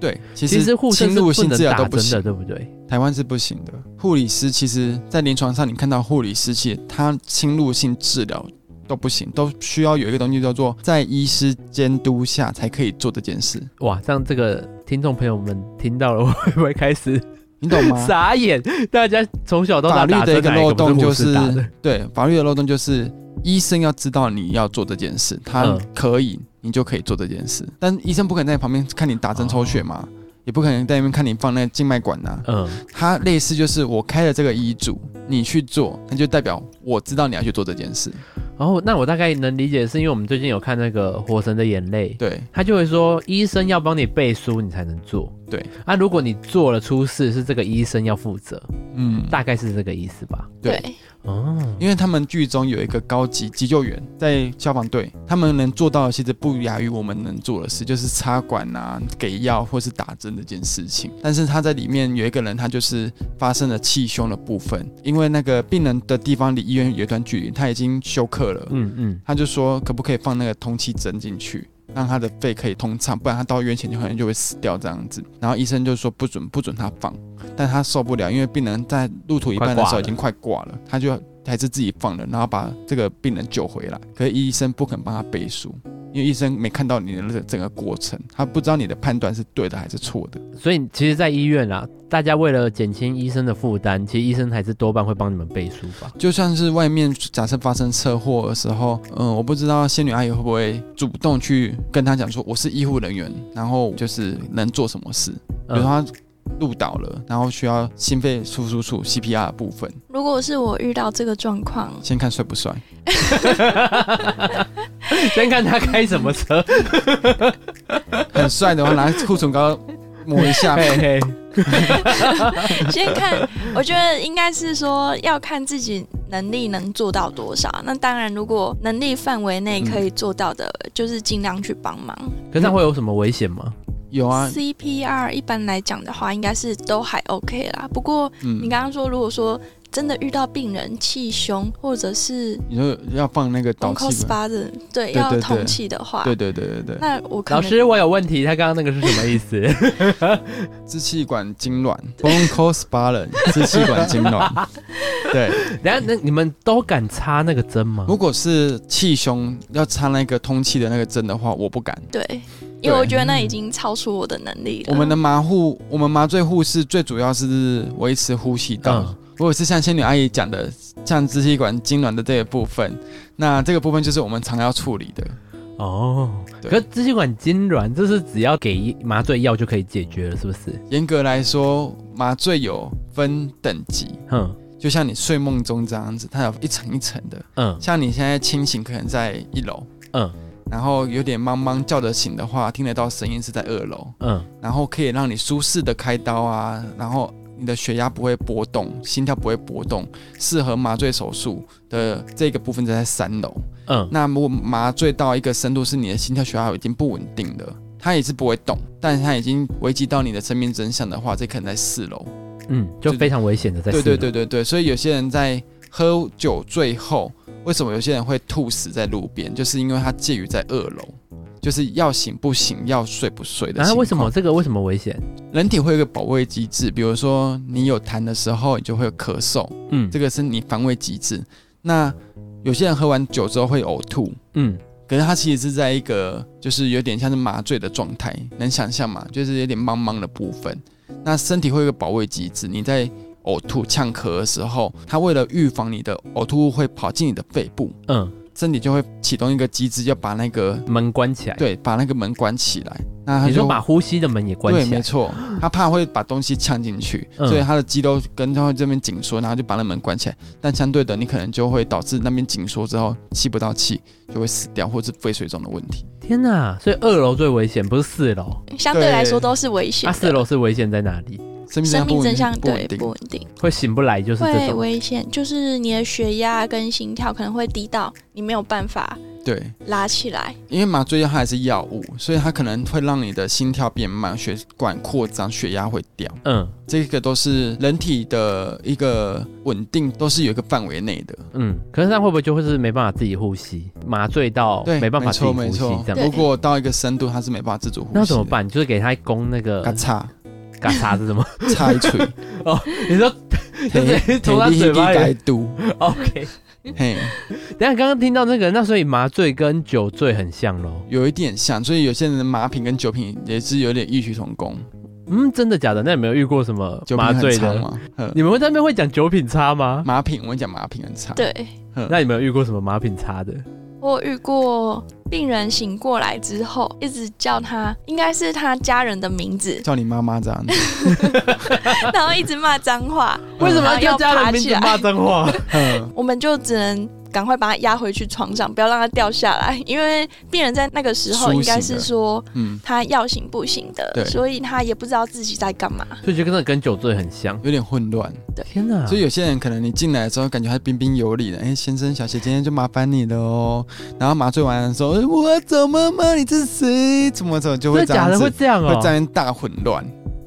B: 对，其
C: 其
B: 实
C: 实护士
B: 侵
C: 是
B: 入
C: 不
B: 性
C: 能
B: 治疗
C: 打
B: 都不
C: 针的，
B: 行，
C: 对不对？
B: 台湾是不行的。护理师其实，在临床上你看到护理师，其实他侵入性治疗都不行，都需要有一个东西叫做在医师监督下才可以做这件事，
C: 哇，这样这个听众朋友们听到了，会不会开始
B: 你懂 吗？
C: 傻眼？大家从小到
B: 法
C: 大
B: 律
C: 打
B: 的一
C: 针
B: 个
C: 哪
B: 漏
C: 不
B: 洞就
C: 护士
B: 是
C: 打的？
B: 对法律的漏洞就是医生要知道你要做这件事，他
C: 嗯
B: 可以，你就可以做这件事。但医生不可能在旁边看你打针抽血嘛，
C: 哦
B: 也不可能在那边看你放那个静脉管呐、啊
C: 嗯，
B: 他类似就是我开了这个医嘱，你去做，那就代表我知道你要去做这件事。
C: 然后那我大概能理解，是因为我们最近有看那个《火神的眼泪》，
B: 对
C: 他就会说医生要帮你背书，你才能做。
B: 对，
C: 啊，如果你做了出事，是这个医生要负责，
B: 嗯，
C: 大概是这个意思吧？
B: 对
A: 对，
C: 哦，
B: 因为他们剧中有一个高级急救员在消防队，他们能做到的其实不亚于我们能做的事，就是插管啊、给药或是打针这件事情。但是他在里面有一个人，他就是发生了气胸的部分，因为那个病人的地方离医院有一段距离，他已经休克了，
C: 嗯嗯，
B: 他就说可不可以放那个通气针进去，让他的肺可以通畅，不然他到医院前就可能就会死掉这样子。然后医生就说不准不准他放，但他受不了，因为病人在路途一半的时候已经快挂了，他就还是自己放了，然后把这个病人救回来。可是医生不肯帮他背书。因为医生没看到你的那个整个过程，他不知道你的判断是对的还是错的。
C: 所以其实，在医院啊，大家为了减轻医生的负担，其实医生还是多半会帮你们背书吧？
B: 就像是外面假设发生车祸的时候，嗯，我不知道仙女阿姨会不会主动去跟他讲说我是医护人员，然后就是能做什么事，比如说他
C: 嗯
B: 路倒了，然后需要心肺复苏术 CPR 的部分，
A: 如果是我遇到这个状况，
B: 先看帅不帅。
C: 先看他开什么车，
B: 很帅的话，拿护唇膏抹一下。
C: 嘿嘿，
A: 先看，我觉得应该是说要看自己能力能做到多少。那当然，如果能力范围内可以做到的，就是尽量去帮忙。
C: 可是那会有什么危险吗？
B: 有啊，
A: CPR 一般来讲的话，应该是都还 OK 啦。不过
B: 嗯
A: 你，刚刚说，如果说真的遇到病人气胸或者是
B: 你说要放那个导
A: broncho
B: 气
A: s p
B: 管。
A: a s 对，
B: 对
A: 要
B: 对
A: 通气的话，
B: 对对对对对，
A: 那我可
C: 老
A: 能
C: 师，我有问题，他刚刚那个是什么意思？
B: 支气管痉挛 （bronchus p a l a n 支气管痉挛。对，
C: 然后那你们都敢插那个针吗？
B: 如果是气胸要插那个通气的那个针的话，我不敢。
A: 对，因为我觉得那已经超出我的能力了。
B: 我们的麻护，我们麻醉护士最主要是维持呼吸道。
C: 嗯
B: 如果是像仙女阿姨讲的，像支气管痉挛的这个部分，那这个部分就是我们常要处理的。
C: 哦，
B: 对
C: 可是支气管痉挛，这是只要给麻醉药就可以解决了，是不是？
B: 严格来说，麻醉有分等级，
C: 哼，
B: 就像你睡梦中这样子，它有一层一层的。
C: 嗯
B: 像你现在清醒，可能在一楼，
C: 嗯
B: 然后有点茫茫叫得醒的话，听得到声音是在二楼。
C: 嗯，
B: 然后可以让你舒适的开刀啊，然后你的血压不会波动，心跳不会波动，适合麻醉手术的这个部分就在三楼。
C: 嗯，
B: 那如果麻醉到一个深度，是你的心跳血压已经不稳定了，它也是不会动，但是它已经危及到你的生命真相的话，这可能在四楼。
C: 嗯，就非常危险的在
B: 对
C: 试
B: 对对对对，所以有些人在喝酒醉后，为什么有些人会吐死在路边，就是因为他介于在二楼。就是要醒不醒，要睡不睡的情
C: 然
B: 况。
C: 后为什么这个为什么危险？
B: 人体会有一个保卫机制，比如说你有痰的时候，你就会有咳嗽，
C: 嗯，
B: 这
C: 这
B: 个是你防卫机制。那有些人喝完酒之后会呕吐，
C: 嗯，
B: 可是他其实是在一个就是有点像是麻醉的状态，能想象吗？就是有点茫茫的部分。那身体会有一个保卫机制，你在呕吐、呛咳的时候，它为了预防你的呕吐物会跑进你的肺部，
C: 嗯
B: 身体就会启动一个机制，要把那个
C: 门关起来。，
B: 对，把那个门关起来。那他
C: 你
B: 就
C: 说把呼吸的门也关
B: 对，
C: 起
B: 没
C: 来，
B: 错，他怕会把东西呛进去，
C: 嗯
B: 所以他的肌肉跟他会这边紧缩，然后就把那门关起来。但相对的，你可能就会导致那边紧缩之后吸不到气，就会死掉，或是肺水肿的问题。
C: 天哪！所以二楼最危险，不是四楼。
A: 相对来说都是危险
C: 啊，
A: 的。
C: 四楼是危险在哪里？
B: 生命
A: 生命真相
B: 不
A: 对
B: 稳定
A: 不，稳定，
C: 会醒不来就是这
A: 会
C: 种。
A: 危险，就是你的血压跟心跳可能会低到你没有办法
B: 对，
A: 拉起来。
B: 因为麻醉药它还是药物，所以它可能会让你的心跳变慢，血管扩张，血压会掉，
C: 嗯
B: 这个都是人体的一个稳定，都是有一个范围内的。
C: 嗯，可是那会不会就会是没办法自己呼吸，麻醉到
B: 对，
C: 没办法自己
B: 错
C: 呼
B: 没
C: 吸
B: 错
C: 这。样？
A: 对
B: 如果到一个深度，它是没办法自主呼吸。
C: 那怎么？办？就是给他供那个
B: 嘎嚓，
C: 嘎嚓是什么？
B: 插一锤，
C: 你说就是从他嘴巴
B: 该
C: 里
B: 堵。
C: OK？
B: 嘿，
C: 等一下刚刚听到那个，那所以麻醉跟酒醉很像咯。
B: 有一点像，所以有些人的麻品跟酒品也是有点异曲同工。
C: 嗯，真的假的？那有没有遇过什么
B: 酒品
C: 麻
B: 很嗯
C: 醉
B: 长
C: 的？
B: 嘛，呵
C: 你们会在那边会讲酒品差吗？
B: 麻品我跟你讲，麻品很长。，
A: 对
C: 那有没有遇过什么麻品差的？
A: 我有遇过病人醒过来之后，一直叫他，应该是他家人的名字
B: 叫你妈妈这样 子，
A: 然后一直骂脏话，
C: 为什么
B: 嗯
A: 然后
C: 要叫
A: 要
C: 家
A: 爬
C: 人名
A: 起
C: 字
A: 来？
C: 骂脏话？
B: 呵
A: 我们就只能赶快把他压回去床上，不要让他掉下来，因为病人在那个时候
B: 苏醒的
A: 应该是说
B: 嗯，
A: 他要醒不醒
B: 对
A: 的，所以他也不知道自己在干嘛。
C: 所以就真的跟酒醉很像。
B: 有点混乱。
C: 天哪！
B: 所以有些人可能你进来的时候感觉他彬彬有礼的，哎、先生小姐今天就麻烦你了哦。然后麻醉完的时候，哎我怎么嘛？你这是谁？怎么怎么就
C: 真
B: 会
C: 的
B: 这
C: 假
B: 样
C: 的
B: 子，
C: 会啊这样哦、
B: 会在那边大混乱。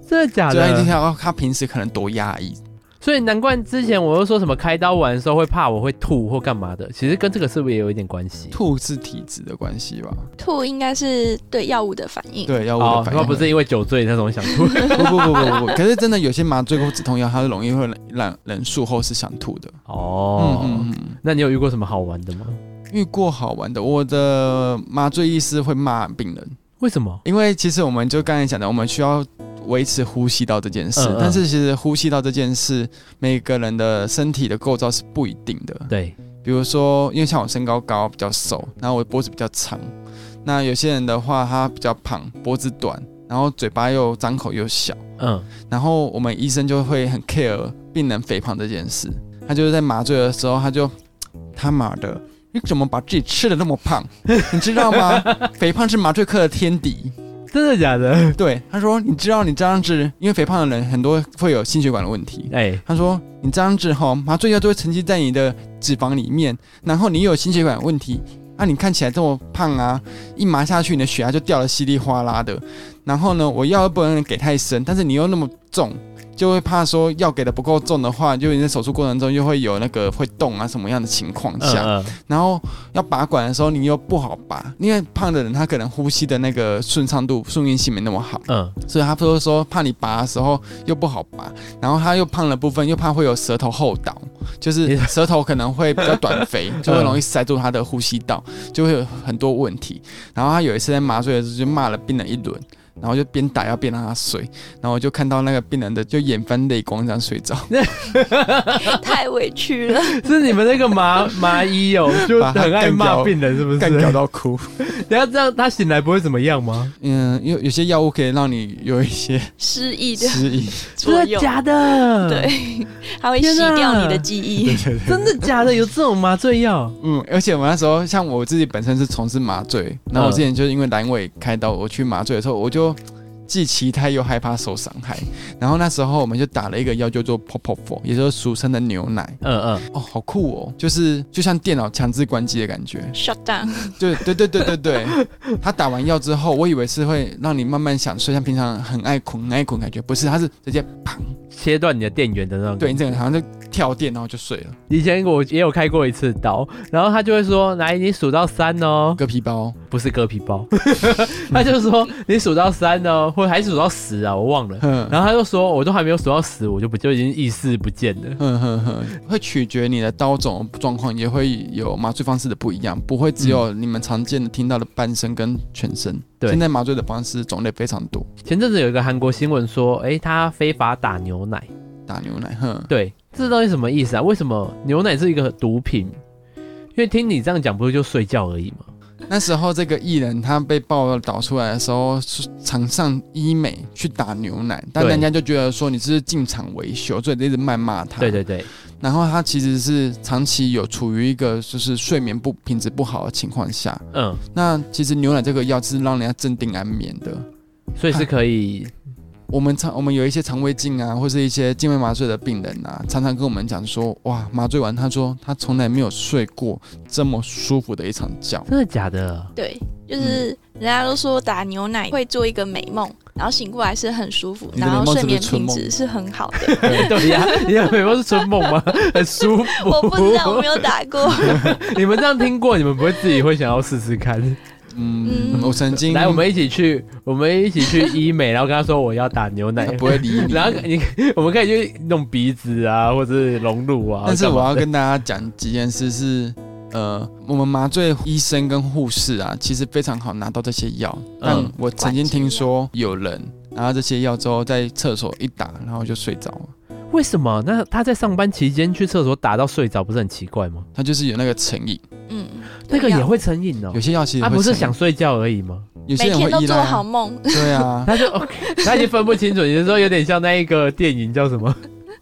C: 真的假
B: 所以他一定
C: 的？
B: 想到他平时可能多压抑，
C: 所以难怪之前我又说什么开刀完的时候会怕我会吐或干嘛的，其实跟这个是不是也有一点关系？
B: 吐是体质的关系吧？
A: 吐应该是对药物的反应，
B: 对，药物的
C: 哦，
B: 反应。
C: 那不是因为酒醉那种想 吐，
B: 不不不不不，可是真的有些麻醉或止痛药，它是容易会让人术后是想吐的。
C: 哦，
B: 嗯嗯嗯。
C: 那你有遇过什么好玩的吗？
B: 遇过好玩的，我的麻醉医师会骂病人，
C: 为什么？
B: 因为其实我们就刚才讲的，我们需要维持呼吸道这件事，
C: 嗯嗯
B: 但是其实呼吸道这件事，每个人的身体的构造是不一定的。
C: 对，
B: 比如说，因为像我身高高，比较瘦，然后我的脖子比较长。那有些人的话，他比较胖，脖子短，然后嘴巴又张口又小。
C: 嗯，
B: 然后我们医生就会很 care 病人肥胖这件事，他就是在麻醉的时候，他就他妈的，你怎么把自己吃的那么胖，你知道吗？ 肥胖是麻醉科的天敌。
C: 真的假的？
B: 对，他说你知道你这样子，因为肥胖的人很多会有心血管的问题。
C: 哎、
B: 他说你这样子哈，麻醉药都会沉积在你的脂肪里面，然后你又有心血管问题。啊，你看起来这么胖啊！一麻下去，你的血压就掉的稀里哗啦的。然后呢，我药又不能给太深，但是你又那么重，就会怕说药给的不够重的话，就你在手术过程中又会有那个会动啊什么样的情况
C: 嗯
B: 下，
C: 嗯，
B: 然后要拔管的时候你又不好拔，因为胖的人他可能呼吸的那个顺畅度、顺应性没那么好。
C: 嗯，
B: 所以他不是说怕你拔的时候又不好拔，然后他又胖的部分又怕会有舌头后倒，就是
C: 你
B: 舌头可能会比较短肥，就会容易塞住他的呼吸道，就会有很多问题。然后他有一次在麻醉的时候就骂了病人一轮，然后就边打药边让他睡，然后我就看到那个病人的就眼翻泪光这样睡着，
A: 太委屈了。
C: 是你们那个麻麻医哦、就
B: 把他
C: 很爱
B: 干
C: 骂
B: 掉
C: 病人是不是？
B: 干搞到哭。
C: 等一下这样他醒来不会怎么样吗？
B: 嗯，有有些药物可以让你有一些
A: 失忆的
B: 失忆，
A: 作
C: 真的
A: 用，
C: 假的？
A: 对，，它会
C: 天
A: 洗
C: 哪
A: 掉你的记忆。
C: 真的假的？有这种麻醉药？
B: 嗯，而且我那时候像我自己本身是从事麻醉，然后我之前就是因为阑尾开刀，我去麻醉的时候，我就既期待又害怕受伤害。然后那时候我们就打了一个药叫做 p o p o f o 也就是俗称的牛奶。
C: 嗯嗯，
B: 哦，好酷哦，就是就像电脑强制关机的感觉。
A: Shut down，
B: 对对对对对对，他打完药之后，我以为是会让你慢慢想睡，像平常很爱捆很爱捆感觉，不是，他是直接砰，
C: 切断你的电源的那种。
B: 对你整个好像就跳电，然后就睡了，
C: 以前我也有开过一次刀，然后他就会说：“来，你数到三哦，
B: 割皮包。
C: 不是割皮包。” 他就说：“你数到三哦，或者还是数到十啊，我 忘了。”
B: 嗯
C: 然后他就说：“我都还没有数到十，我就不就已经意识不见了。
B: 哼哼哼， 会取决你的刀种状况，也会有麻醉方式的不一样，不会只有你们常见的听到的半身跟全身。
C: 对
B: 现在麻醉的方式种类非常多，”
C: 前阵子有一个韩国新闻说：“诶，他非法打牛奶。
B: 打牛奶，哼”，
C: 对，这到底什么意思啊？为什么牛奶是一个毒品？因为听你这样讲，不是就睡觉而已 吗？
B: 那时候这个艺人他被报道出来的时候，场上医美去打牛奶，但
C: 对
B: 人家就觉得说你这是进场维修，所以一直谩骂他。
C: 对对对，
B: 然后他其实是长期有处于一个就是睡眠不品质不好的情况下。
C: 嗯，
B: 那其实牛奶这个药是让人家镇定安眠的。
C: 所以是可 以，
B: 我们常我们有一些肠胃镜啊，或是一些静脉麻醉的病人啊，常常跟我们讲说，哇，麻醉完，他说他从来没有睡过这么舒服的一场觉。
C: 真的假的？
A: 对，就是人家都说打牛奶会做一个美梦，然后醒过来是很舒服，
B: 你的
A: 然
B: 美
A: 后
B: 梦
A: 睡
B: 是不是
A: 眠
B: 春
A: 品
B: 梦
A: 质是很好的。
B: 嗯
C: 对 呀，你的美梦是春梦吗？很舒服。
A: 我不知道，我没有打过。
C: 你们这样听过，你们不会自己会想要试试看？
B: 嗯，
A: 嗯
B: 我曾经
C: 来，我们一起去，我们一起 去医美，然后跟他说我要打牛奶
B: 他，不会理你。
C: 然后你我们可以去弄鼻子啊，或者是隆乳啊。
B: 但是
C: 干嘛
B: 我要
C: 的
B: 跟大家讲几件事是，呃，我们麻醉医生跟护士啊，其实非常好拿到这些药。但
C: 嗯啊
B: 我曾经听说有人拿到这些药之后，在厕所一打，然后就睡着了。
C: 为什么？那他在上班期间去厕所打到睡着，不是很奇怪吗？
B: 他就是有那个成瘾，
A: 嗯，
C: 那个
A: 对呀
C: 也会成瘾哦
B: 有。些药其实
C: 他
B: 会
C: 不是
B: 成瘾
C: 想，睡觉而已吗？
B: 有些
A: 每
B: 人
A: 天都
B: 会依
A: 做
B: 赖
A: 好
B: 啊。
A: 梦，
B: 对 啊，
C: 他就他已经分不清楚，你是说有点像那一个电影叫什么？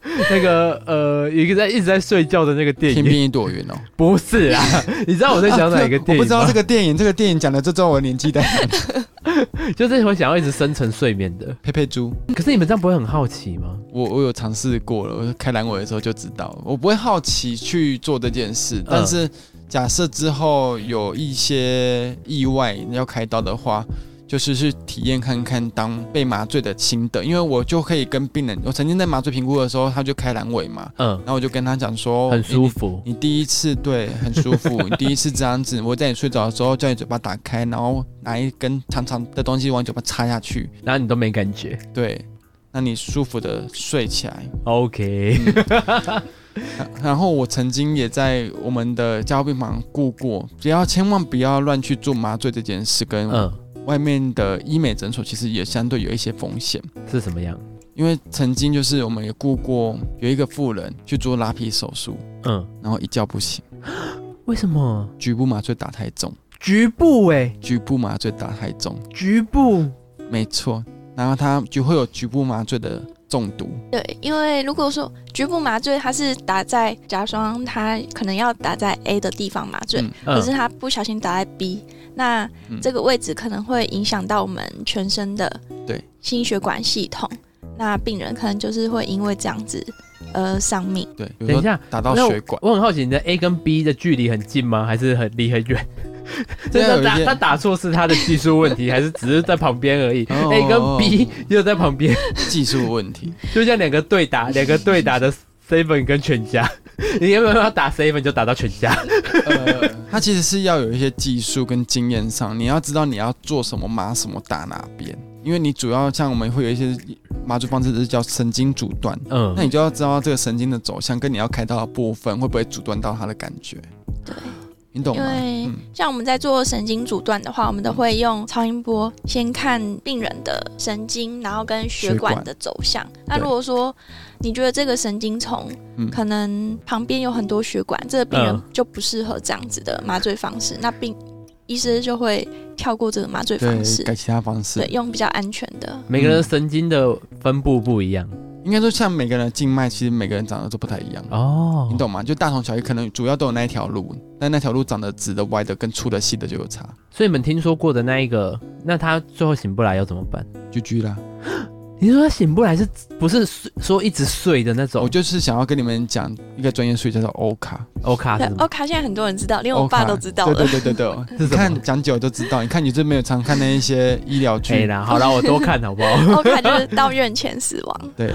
C: 那个呃，一个在一直在睡觉的那个电
B: 天
C: 影，
B: 边一朵 云哦。
C: 不是啊？ 你知道我在讲哪一个
B: 啊我
C: 电
B: 不
C: 影
B: 知
C: 吗？
B: 道这个电影，这个电影讲的这周我年纪的
C: 就是会想要一直深层睡眠的。
B: 佩佩猪，
C: 可是你们这样不会很好奇吗？
B: 我我有尝试过了，我开阑尾的时候就知道了，我不会好奇去做这件事，但是假设之后有一些意外要开刀的话。就是去体验看看当被麻醉的心得，因为我就可以跟病人，我曾经在麻醉评估的时候，他就开阑尾嘛，
C: 嗯，哦
B: 然后我就跟他讲说，
C: 很舒
B: 服。
C: 服。
B: 你第一次对很舒服，你第一次这样子，我在你睡着的时候叫你嘴巴打开，然后拿一根长长的东西往你嘴巴插下去，
C: 然后你都没感觉。
B: 对，让你舒服的睡起来。
C: OK，
B: 然然后我曾经也在我们的加护病房顾过，只要千万不要乱去做麻醉这件事，跟
C: 嗯，
B: 外面的医美诊所其实也相对有一些风险。
C: 是什么样？
B: 因为曾经就是我们也顾过有一个妇人去做拉皮手术，
C: 嗯，
B: 然后一觉不醒，
C: 为什么？
B: 局部麻醉打太重，
C: 局部哎、
B: 局部麻醉打太重，
C: 局部
B: 没错，然后他就会有局部麻醉的中毒，
A: 对，因为如果说局部麻醉，它是打在甲双，它可能要打在 A 的地方麻醉，
B: 嗯
A: 可是它不小心打在 B，那
B: 嗯
A: 这个位置可能会影响到我们全身的
B: 对
A: 心血管系统，那病人可能就是会因为这样子而丧命。
B: 对，比如
C: 等一
B: 说
C: 下，
B: 打到
C: 那我
B: 血管。
C: 我很好奇，你的 A 跟 B 的距离很近吗？还是很离很 远？
B: 这样有
C: 这
B: 一
C: 打
B: 些
C: 他打错是他的技术问 题，还是只是在旁边而已
B: 哦
C: ？A 跟 B 又在旁边，
B: 技术问题，
C: 就像两个对打，两个对打的 seven 跟全家， 你有没有要打 seven 就打到全家？
B: 呃， 它其实是要有一些技术跟经验上，你要知道你要做什么麻什么打哪边，因为你主要像我们会有一些麻醉方式是叫神经阻断，
C: 嗯
B: 那，你就要知道这个神经的走向跟你要开刀的部分会不会阻断到它的感觉，
A: 对，
B: 你懂
A: 因
B: 吗？嗯
A: 为像我们在做神经阻断的话，我们都会用超音波先看病人的神经，然后跟血
B: 血
A: 管
B: 管
A: 的走向。那
B: 对
A: 如果说你觉得这个神经丛
B: 嗯
A: 可能旁边有很多血管，这个病人
C: 嗯
A: 就不适合这样子的麻醉方式，那病医师就会跳过这个麻醉方
B: 对，
A: 式，
B: 改其他方式
A: 对，。用比较安全的。
C: 每个人的神经的分布不一样
B: 应该说，像每个人的静脉，其实每个人长得都不太一样，
C: 哦
B: 你懂吗？就大同小异，可能主要都有那一条路，但那条路长得直的、歪的、跟粗的、细的就有差。
C: 所以你们听说过的那一个，那他最后醒不来要怎么办？
B: 居居啦，
C: 你说他醒不来是不是睡说一直睡的那
B: 我
C: 种？
B: 就是想要跟你们讲一个专业术语，叫做欧卡。
C: 欧卡是
A: 对
C: 什，么？哦
A: 欧卡现在很多人知道，连我爸都知道了
B: 对。对对对对，
C: 是
B: 你
C: 什么
B: 看讲久就知道。你看你这没有常看那一些医疗
C: 哎、
B: 剧，
C: 啦，好啦，我多看好不好？
A: 欧卡就是到院前死亡，
B: 对，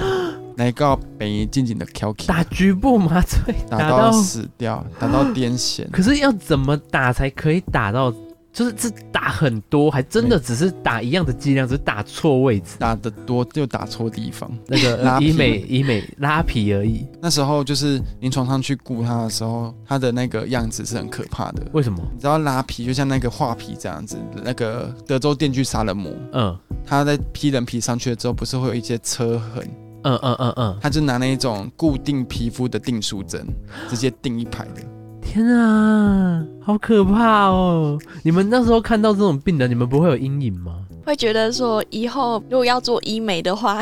B: 来告北移静静的 k i
C: 打局部麻醉
B: 打到死掉，打到癫痫。
C: 可是要怎么打才可以打到？就是这打很多，还真的只是打一样的剂量，只是打错位置。
B: 打得多就打错地方。
C: 那
B: 拉
C: 个
B: 皮
C: 医美医美拉皮而已，
B: 那时候就是临床上去顾他的时候，他的那个样子是很可怕的。
C: 为什么？
B: 你知道拉皮就像那个画皮这样子，那个德州电锯杀人魔，
C: 嗯
B: 他在披人皮上去了之后，不是会有一些车痕？
C: 嗯嗯嗯嗯，
B: 他就拿那一种固定皮肤的定数针，直接定一排的。
C: 天啊，好可怕哦！你们那时候看到这种病人，你们不会有阴影吗？
A: 会觉得说以后如果要做医美的 话，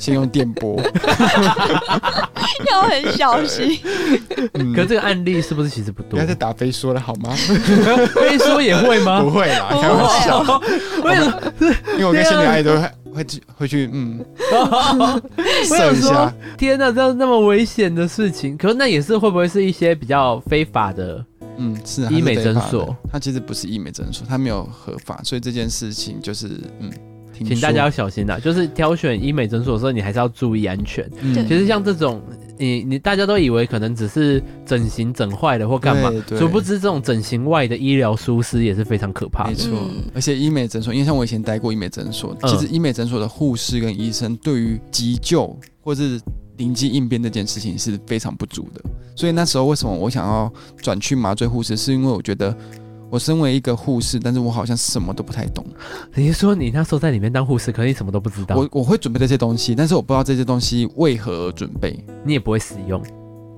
B: 先用电波。
A: 要很小心。
B: 嗯
C: 可是这个案例是不是其实不
B: 不
C: 多
B: 要？再打飞说了好吗？
C: 飞说也会吗？
B: 不会啦，
A: 不会
B: 开玩笑，
C: 哦为什么？
B: 因为我跟仙女阿姨都会啊会去会去 嗯射
C: 我
B: 一
C: 想
B: 下
C: 说，，天哪，这样那么危险的事情，可是那也是会不会是一些比较非法的？
B: 嗯是啊
C: 医美诊，
B: 它是非
C: 所
B: 法的它其实不是医美诊所，它没有合法，所以这件事情就是嗯，听
C: 请大
B: 说
C: 家要小心啦、就是挑选医美诊所的时候，你还是要注意安全。
B: 嗯
A: 对
C: 其实像这种，你你大家都以为可能只是整形整坏了或干嘛
B: 对，对
C: 殊不知这种整形外的医疗疏失也是非常可怕
B: 没
C: 的。
B: 错
A: 嗯，
B: 而且医美诊所，因为像我以前待过医美诊所，
C: 嗯
B: 其实医美诊所的护士跟医生对于急救或是临机应变这件事情是非常不足的。所以那时候为什么我想要转去麻醉护士，是因为我觉得我身为一个护士，但是我好像什么都不太懂。
C: 你是说你那时候在里面当护士，可是你什么都不知道，
B: 我我会准备这些东西，但是我不知道这些东西为何而准备。
C: 你也不会使用。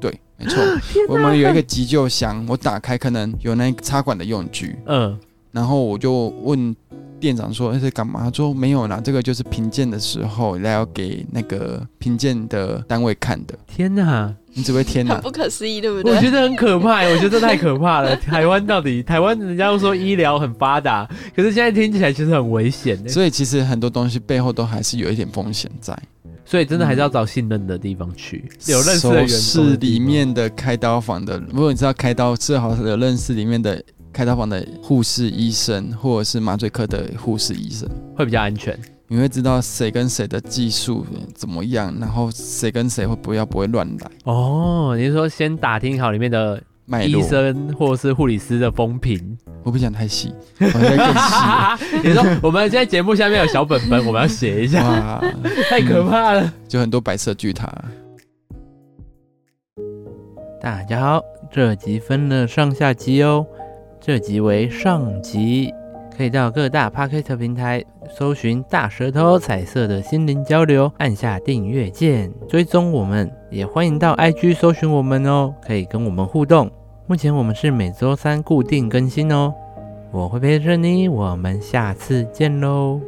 B: 对，没错，我们有一个急救箱，我打开可能有那个插管的用具，
C: 嗯，
B: 然后我就问店长说：“这是干嘛？”他说：“没有啦，这个就是评鉴的时候来要给那个评鉴的单位看的。
C: 天哪，
B: 你只会 天
A: 很
B: 哪，
A: 不可思议，对不
C: 我
A: 对？
C: 觉得很可怕欸，我觉得太可怕了。 台湾到底，台湾人家都说医疗很发达，可是现在听起来其实很危险欸
B: 所以其实很多东西背后都还是有一点风险在。
C: 所以真的还是要找信任的地方去，有认识的员
B: 嗯手
C: 工
B: 是
C: 的地
B: 里
C: 方
B: 面的开刀房的，如果你知道开刀，最好是有认识里面的开刀房的护士、医生，或者是麻醉科的护士、医生。”
C: 会比较安全。
B: 你会知道谁跟谁的技术怎么样，然后谁跟谁会不要不会乱来
C: 哦，你是说先打听好里面的
B: 脉
C: 医
B: 络。
C: 生或是护理师的 风评？
B: 我不想太细，我在更细。
C: 你说我们现在节目下面有小本本，我们要写一下，
B: 哇，
C: 太可怕了。
B: 就很多白色巨塔。
D: 大家好，这集分了上下集哦，这集为上集，可以到各大 p o c k e t 平台搜寻“大舌头彩色的心灵交流”，按下订阅键追踪我们，也欢迎到 IG 搜寻我们哦，可以跟我们互动。目前我们是每周三固定更新哦，我会陪着你，我们下次见喽。